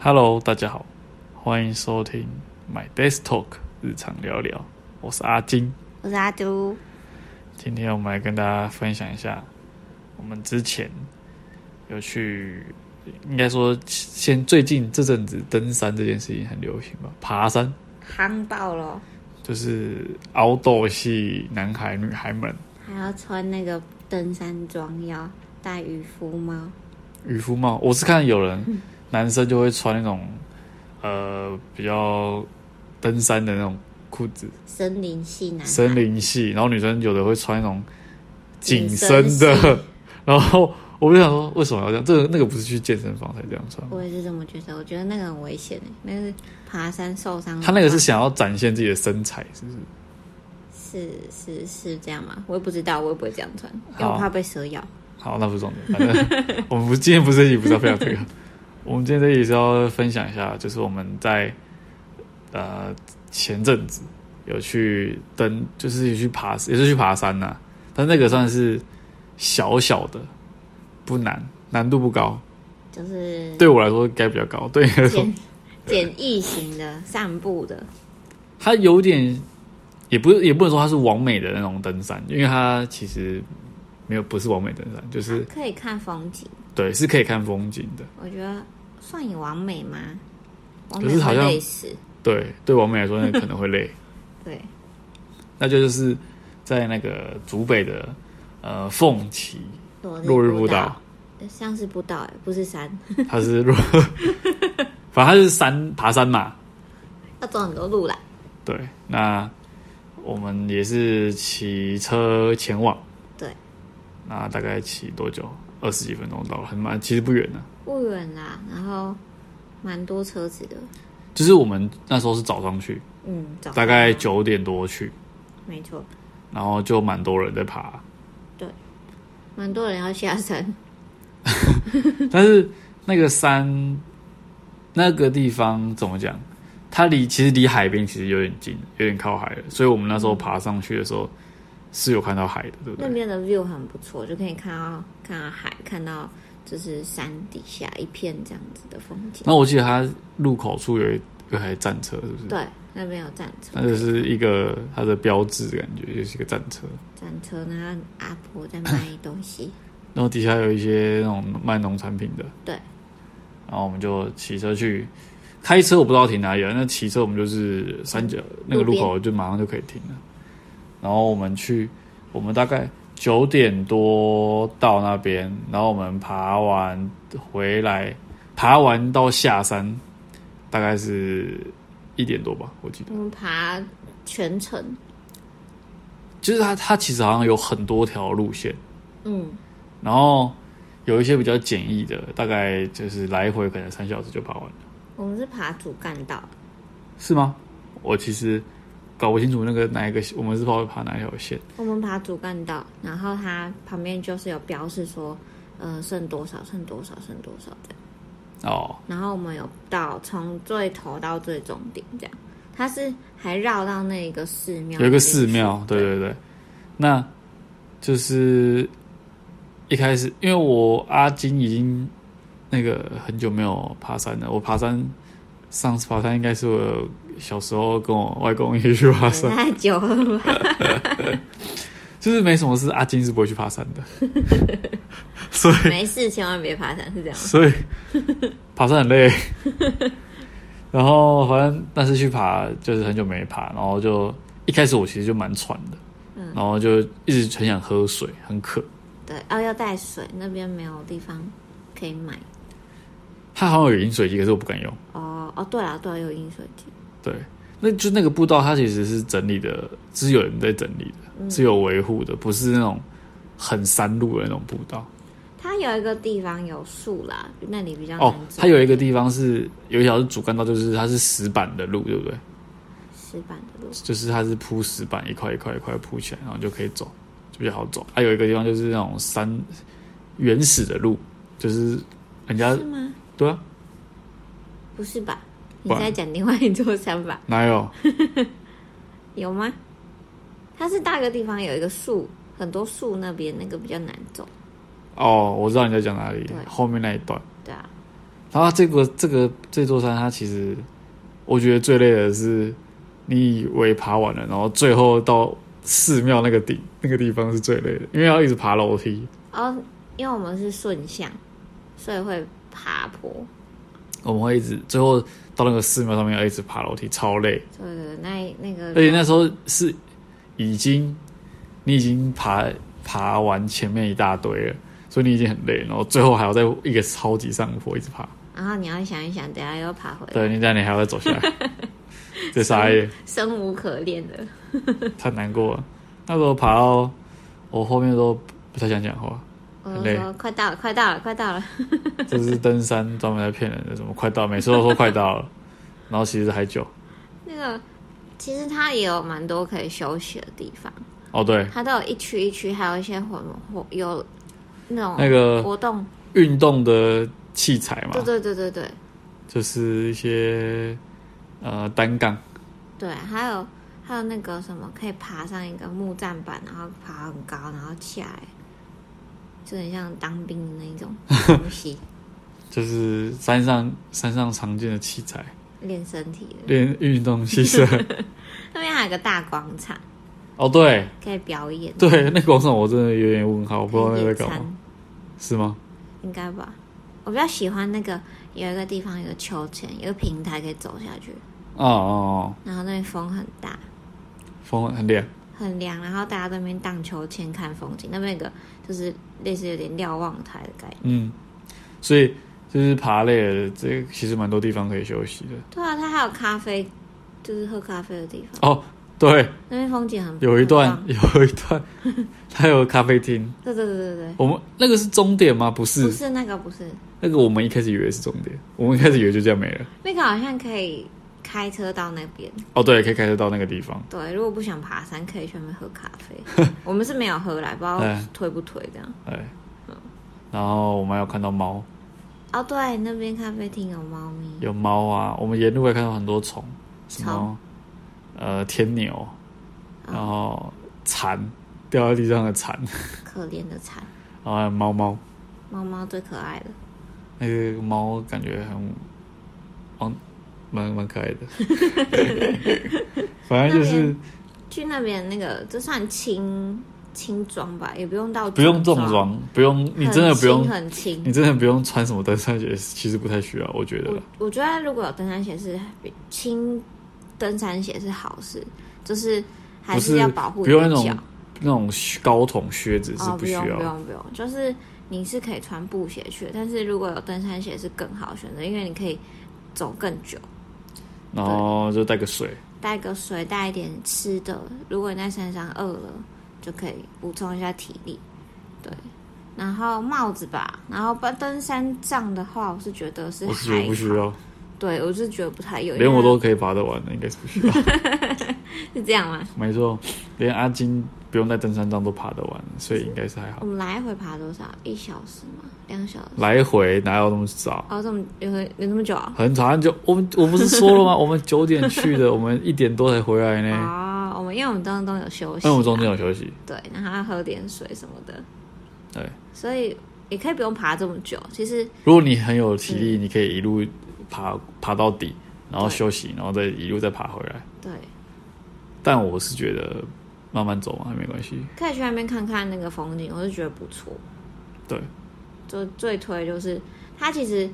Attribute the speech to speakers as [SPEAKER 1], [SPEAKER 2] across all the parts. [SPEAKER 1] Hello，大家好，欢迎收听 My Desk Talk 日常聊聊，我是阿金。
[SPEAKER 2] 我是阿都，
[SPEAKER 1] 今天我们来跟大家分享一下，我们之前有去，应该说先最近这阵子登山这件事情很流行吧，爬山
[SPEAKER 2] 夯爆了，
[SPEAKER 1] 就是凹斗系男孩女孩们，
[SPEAKER 2] 还要穿那个登山装，要戴渔夫帽，
[SPEAKER 1] 渔夫帽，我是看有人男生就会穿那种呃比较登山的那种裤子，
[SPEAKER 2] 森林系男孩
[SPEAKER 1] 森林系，然后女生有的会穿那种紧
[SPEAKER 2] 紧
[SPEAKER 1] 身
[SPEAKER 2] 身
[SPEAKER 1] 的
[SPEAKER 2] 系，
[SPEAKER 1] 然后我就想说，为什么要这样？这个那个不是去健身房才这样穿吗？
[SPEAKER 2] 我也是这么觉得，我觉得那个很危险诶，欸那个是爬山受伤的话。
[SPEAKER 1] 他那个是想要展现自己的身材，是不是？
[SPEAKER 2] 是是是这样吗？我也不知道，我也不会这样穿，因为
[SPEAKER 1] 好
[SPEAKER 2] 我怕被蛇咬。
[SPEAKER 1] 好，那不是重点，反 正我们不今天不是这集不是要分享这个，我们今天这集是要分享一下，就是我们在呃前阵子有去登，就是有去爬，也是去爬山呐、但那个算是小小的，不难，难度不高，
[SPEAKER 2] 就是
[SPEAKER 1] 对我来说该比较高， 对你来说
[SPEAKER 2] 简简易型的散步的，
[SPEAKER 1] 它有点，也不是也不能说它是完美的那种登山，因为它其实没有不是完美登山，就是
[SPEAKER 2] 可以看风景，
[SPEAKER 1] 对是可以看风景的。
[SPEAKER 2] 我觉得算有完美吗？完
[SPEAKER 1] 可
[SPEAKER 2] 美
[SPEAKER 1] 是好
[SPEAKER 2] 会
[SPEAKER 1] 像
[SPEAKER 2] 累死，
[SPEAKER 1] 对，对完美来说那可能会 累，
[SPEAKER 2] 对，
[SPEAKER 1] 那就是在那个竹北的呃凤岐
[SPEAKER 2] 落
[SPEAKER 1] 落日
[SPEAKER 2] 步
[SPEAKER 1] 步道，
[SPEAKER 2] 像是步道诶，不是山，
[SPEAKER 1] 它是落， 反正它是山爬山嘛，
[SPEAKER 2] 要走很多路啦。
[SPEAKER 1] 对，那我们也是骑车前往，
[SPEAKER 2] 对，
[SPEAKER 1] 那大概骑多久？二十几分钟到了，很慢，其实不远呢、啊
[SPEAKER 2] 不远啦，然后蛮多车子的，
[SPEAKER 1] 就是我们那时候是早上去，
[SPEAKER 2] 嗯，早
[SPEAKER 1] 大概，九点多去，
[SPEAKER 2] 没错，
[SPEAKER 1] 然后就蛮多人在 爬，
[SPEAKER 2] 蛮多人要下山，
[SPEAKER 1] 但是那个山那个地方怎么讲？它离其实离海边其实有点近，有点靠海了，所以我们那时候爬上去的时候是有看到海的，对不
[SPEAKER 2] 嗯那
[SPEAKER 1] 对？
[SPEAKER 2] 边的 view 很不错，就可以看到看到海，看到就是山底下一片这样子的风景。
[SPEAKER 1] 那我记得它入口处有一有台战车，是不是？
[SPEAKER 2] 对，那边有战车
[SPEAKER 1] 那，就是一个它的标志，感觉就是一个战车。
[SPEAKER 2] 战车，然后阿婆在卖东西，
[SPEAKER 1] 然后底下有一些那种卖农产品的，
[SPEAKER 2] 对。
[SPEAKER 1] 然后我们就骑车去，开车我不知道停哪里啊了，那骑车我们就是三角那个路口就马上就可以停了。然后我们去，我们大概九点多到那边，然后我们爬完回来，爬完到下山大概是一点多吧，我记得
[SPEAKER 2] 我。们爬全程，
[SPEAKER 1] 就是它它其实好像有很多条路线。
[SPEAKER 2] 嗯，
[SPEAKER 1] 然后有一些比较简易的，大概就是来回可能三小时就爬完了，
[SPEAKER 2] 我们是爬主干道，
[SPEAKER 1] 是吗？我其实搞不清楚那个哪一个，我们是跑爬哪一条线，
[SPEAKER 2] 我们爬主干道，然后它旁边就是有标示说，呃，剩多少，剩多少，剩多少这样。
[SPEAKER 1] 哦，
[SPEAKER 2] 然后我们有到从最头到最终点这样，它是还绕到那个寺庙那边去，
[SPEAKER 1] 有一个寺庙，对对对，那就是一开始，因为我阿金已经那个很久没有爬山了，我爬山上次爬山应该是我小时候跟我外公一起去 爬山，
[SPEAKER 2] 太久了吧？
[SPEAKER 1] 就是没什么事，阿金是不会去爬山的， 所以
[SPEAKER 2] 没事，千万别爬山，是这样吗。
[SPEAKER 1] 所以爬山很累。然后反正那次去爬就是很久没爬，然后就一开始我其实就蛮喘的，
[SPEAKER 2] 嗯
[SPEAKER 1] 然后就一直很想喝水，很渴。
[SPEAKER 2] 对，哦，要带水，那边没有地方可以买。
[SPEAKER 1] 它好像有饮水机，可是我不敢用。
[SPEAKER 2] 哦哦，对了，对啦有饮水机，
[SPEAKER 1] 对，那就那个步道它其实是整理的，是有人在整理的，是有维护的，不是那种很山路的那种步道。
[SPEAKER 2] 它有一个地方有树啦，那里比较
[SPEAKER 1] 哦
[SPEAKER 2] 难，走。
[SPEAKER 1] 它有一个地方是有一条是主干道，就是它是石板的路，对不对？
[SPEAKER 2] 石板的路，
[SPEAKER 1] 就是它是铺石板一块一块一块铺起来，然后就可以走，就比较好走。还、有一个地方就是那种山原始的路，就是人家
[SPEAKER 2] 是吗？
[SPEAKER 1] 对啊，
[SPEAKER 2] 不是吧？
[SPEAKER 1] 不
[SPEAKER 2] 你
[SPEAKER 1] 然
[SPEAKER 2] 在讲另外一座山吧？
[SPEAKER 1] 哪有？
[SPEAKER 2] 有吗？它是大个地方有一个树，很多树那边那个比较难走，
[SPEAKER 1] 哦，我知道你在讲哪里
[SPEAKER 2] 对，
[SPEAKER 1] 后面那一段。
[SPEAKER 2] 对啊，
[SPEAKER 1] 然后这个这个这座山，它其实我觉得最累的是，你以为爬完了，然后最后到寺庙那个顶那个地方是最累的，因为要一直爬楼梯。
[SPEAKER 2] 哦，因为我们是顺向，所以会爬坡。
[SPEAKER 1] 我们会一直最后到那个寺庙上面要一直爬楼梯，超累。
[SPEAKER 2] 对对，对那那个
[SPEAKER 1] 而且那时候是已经你已经爬爬完前面一大堆了，所以你已经很累，然后最后还要在一个超级上坡一直爬，
[SPEAKER 2] 然后你要想一想，等一下又爬回来，
[SPEAKER 1] 对，你这样你还要再走下来，这傻眼，
[SPEAKER 2] 生无可恋的。
[SPEAKER 1] 太难过了。那时候爬到我后面都不太想讲话，
[SPEAKER 2] 我
[SPEAKER 1] 很
[SPEAKER 2] 就
[SPEAKER 1] 累
[SPEAKER 2] 说快到了，快到了，快到了。
[SPEAKER 1] 这是登山专门在骗人的，什么快到，每次都说快到了，然后其实还久。
[SPEAKER 2] 那个其实它也有蛮多可以休息的地方，
[SPEAKER 1] 哦，对，
[SPEAKER 2] 它都有一区一区，还有一些活活有那种
[SPEAKER 1] 那个
[SPEAKER 2] 活动。
[SPEAKER 1] 运动的器材嘛
[SPEAKER 2] 对，对对对对
[SPEAKER 1] 就是一些呃单杠，
[SPEAKER 2] 对，还有还有那个什么，可以爬上一个木栈板，然后爬很高，然后起来，就很像当兵的那一种东 西，
[SPEAKER 1] 就是山上山上常见的器材，
[SPEAKER 2] 练身体的。
[SPEAKER 1] 练运动器材。
[SPEAKER 2] 那边还有个大广场，
[SPEAKER 1] 哦，对
[SPEAKER 2] 可以表演。
[SPEAKER 1] 对，那广场我真的有点问号，我不知道
[SPEAKER 2] 可以
[SPEAKER 1] 那个
[SPEAKER 2] 野
[SPEAKER 1] 在干嘛，
[SPEAKER 2] 餐，
[SPEAKER 1] 是吗？
[SPEAKER 2] 应该吧。我比较喜欢那个有一个地方有个秋千，有个平台可以走下去，
[SPEAKER 1] 哦哦，哦
[SPEAKER 2] 然后那边风很大，
[SPEAKER 1] 风很凉，
[SPEAKER 2] 很凉，然后大家在那边荡秋千看风景。那边有个就是类似有点瞭望台的概念。
[SPEAKER 1] 嗯，所以就是爬累了，这个其实蛮多地方可以休息的。
[SPEAKER 2] 对啊，它还有咖啡，就是喝咖啡的地方。
[SPEAKER 1] 哦，对，
[SPEAKER 2] 那边风景很
[SPEAKER 1] 有一段
[SPEAKER 2] 很棒
[SPEAKER 1] 有一段， 它有咖啡厅。
[SPEAKER 2] 对对对对对，
[SPEAKER 1] 我们那个是终点吗？不
[SPEAKER 2] 不
[SPEAKER 1] 是，
[SPEAKER 2] 是那个不是，
[SPEAKER 1] 那个我们一开始以为是终点，我们一开始以为就这样没了。
[SPEAKER 2] 那个好像可以开车到那边。
[SPEAKER 1] 哦，对，可以开车到那个地方。
[SPEAKER 2] 对，如果不想爬山，可以去那边喝咖 啡。我们是没有喝来，不知道
[SPEAKER 1] 对
[SPEAKER 2] 推不推这样。
[SPEAKER 1] 哎，
[SPEAKER 2] 嗯
[SPEAKER 1] 然后我们还有看到猫，
[SPEAKER 2] 哦，对，那边咖啡厅有猫咪，
[SPEAKER 1] 有猫啊，我们沿路还看到很多虫，什
[SPEAKER 2] 虫
[SPEAKER 1] 么呃天牛，然后蝉掉在地上的蝉，
[SPEAKER 2] 可怜的蝉，
[SPEAKER 1] 然后还有猫猫，
[SPEAKER 2] 猫猫最可爱了。
[SPEAKER 1] 那个猫感觉很，哦，蛮蛮可爱 的，反正就是
[SPEAKER 2] 去那边那个，这算轻轻装吧，也不用到
[SPEAKER 1] 不用重
[SPEAKER 2] 装，
[SPEAKER 1] 装，不用你
[SPEAKER 2] 很
[SPEAKER 1] 真的不用嗯
[SPEAKER 2] 轻，很轻
[SPEAKER 1] 你。真的不用穿什么登山鞋，其实不太需要，我觉得啦。
[SPEAKER 2] 我我觉得如果有登山鞋是比轻登山鞋是好事，就是还
[SPEAKER 1] 不是
[SPEAKER 2] 要保护
[SPEAKER 1] 不用那
[SPEAKER 2] 你的
[SPEAKER 1] 种
[SPEAKER 2] 脚。
[SPEAKER 1] 那种高筒靴子是
[SPEAKER 2] 哦，不
[SPEAKER 1] 需要的。
[SPEAKER 2] 用不用不用，就是你是可以穿布鞋去的，但是如果有登山鞋是更好的选择，因为你可以走更久，
[SPEAKER 1] 然后就带个水，
[SPEAKER 2] 带个水，带一点吃的。如果你在山上饿了，就可以补充一下体力。对，然后帽子吧，然后不登山杖的话，我是觉得是
[SPEAKER 1] 我是觉得不需
[SPEAKER 2] 还好，
[SPEAKER 1] 要，
[SPEAKER 2] 对我是觉得不太有，
[SPEAKER 1] 连
[SPEAKER 2] 因为
[SPEAKER 1] 我都可以爬得完的，应该是不需要。
[SPEAKER 2] 是这样吗？
[SPEAKER 1] 没错，连阿金不用带登山杖都爬得完，所以应该是还好
[SPEAKER 2] 我。们来回爬多少？一小时吗？两小时？
[SPEAKER 1] 来回哪有那么早？
[SPEAKER 2] 哦，这么有有那么久啊？
[SPEAKER 1] 很长就我们我不是说了吗？ 我们九点去的，我们一点多才回来呢。
[SPEAKER 2] 啊、我们因为我们当中有休
[SPEAKER 1] 嗯
[SPEAKER 2] 息、啊
[SPEAKER 1] 那我们中间有休息，
[SPEAKER 2] 对，然后要喝点水什么的，
[SPEAKER 1] 对。
[SPEAKER 2] 所以也可以不用爬这么久。其实
[SPEAKER 1] 如果你很有体力，你可以一路爬爬到底，然后
[SPEAKER 2] 对
[SPEAKER 1] 休息，然后再一路再爬回来。
[SPEAKER 2] 对，
[SPEAKER 1] 但我是觉得慢慢走嘛，没关系。
[SPEAKER 2] 可以去那边看看那个风景，我是觉得不错。
[SPEAKER 1] 对，
[SPEAKER 2] 就最推就是它其实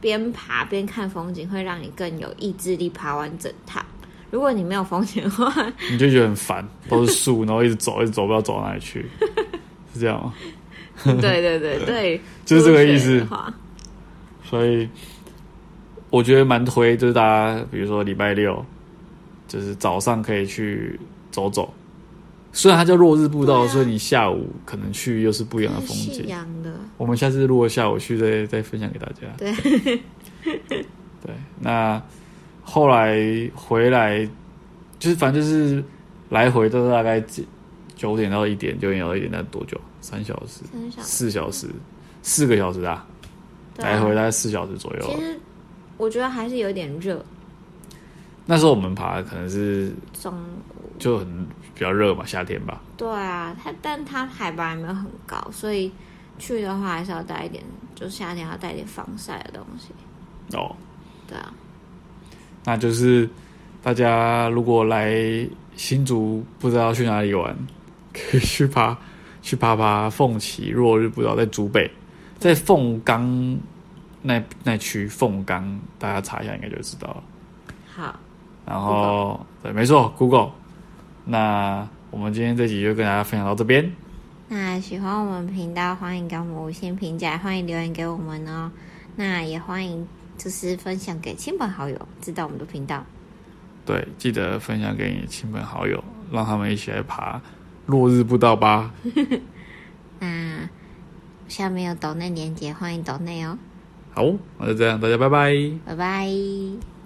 [SPEAKER 2] 边爬边看风景，会让你更有意志力爬完整趟。如果你没有风景的话，
[SPEAKER 1] 你就觉得很烦，都是树，然后一直走，一直走，不知道走到哪里去， 是这样吗？
[SPEAKER 2] 对对对对，
[SPEAKER 1] 就是这个意思
[SPEAKER 2] 初学的话
[SPEAKER 1] 所以我觉得蛮推，就是大家比如说礼拜六，就是早上可以去走走。虽然它叫落日步道，
[SPEAKER 2] 对啊
[SPEAKER 1] 所以你下午可能去又是不一样的风
[SPEAKER 2] 是夕
[SPEAKER 1] 景。
[SPEAKER 2] 阳的，
[SPEAKER 1] 我们下次如果下午去再再分享给大家。
[SPEAKER 2] 对
[SPEAKER 1] 对，那后来回来就是反正就是来回都是大概几九点到一点，九点到一点那多久？三小时。
[SPEAKER 2] 真想
[SPEAKER 1] 四小时，四个小时啊，
[SPEAKER 2] 对啊
[SPEAKER 1] 来回大概四小时左
[SPEAKER 2] 其
[SPEAKER 1] 右。
[SPEAKER 2] 实我觉得还是有点热，
[SPEAKER 1] 那时候我们爬可能是
[SPEAKER 2] 中午
[SPEAKER 1] 就很比较热嘛，夏天吧。
[SPEAKER 2] 对啊，它但它海拔也没有很高，所以去的话还是要带一点，就夏天要带一点防晒的东西。
[SPEAKER 1] 哦，
[SPEAKER 2] 对啊，
[SPEAKER 1] 那就是大家如果来新竹不知道去哪里玩，可以去爬去爬爬凤起落日步道，在竹北，在凤冈那那区凤冈，大家查一下应该就知道了。
[SPEAKER 2] 好，
[SPEAKER 1] 然后对，没错，Google。那我们今天这集就跟大家分享到这边，
[SPEAKER 2] 那喜欢我们频道，欢迎给我们五星评价，欢迎留言给我们哦。那也欢迎就是分享给亲朋好友知道我们的频道。
[SPEAKER 1] 对，记得分享给你的亲朋好友，让他们一起来爬落日步道吧。
[SPEAKER 2] 那下面有抖内连接，欢迎抖内哦，
[SPEAKER 1] 好，那就这样，大家拜拜。
[SPEAKER 2] 拜拜。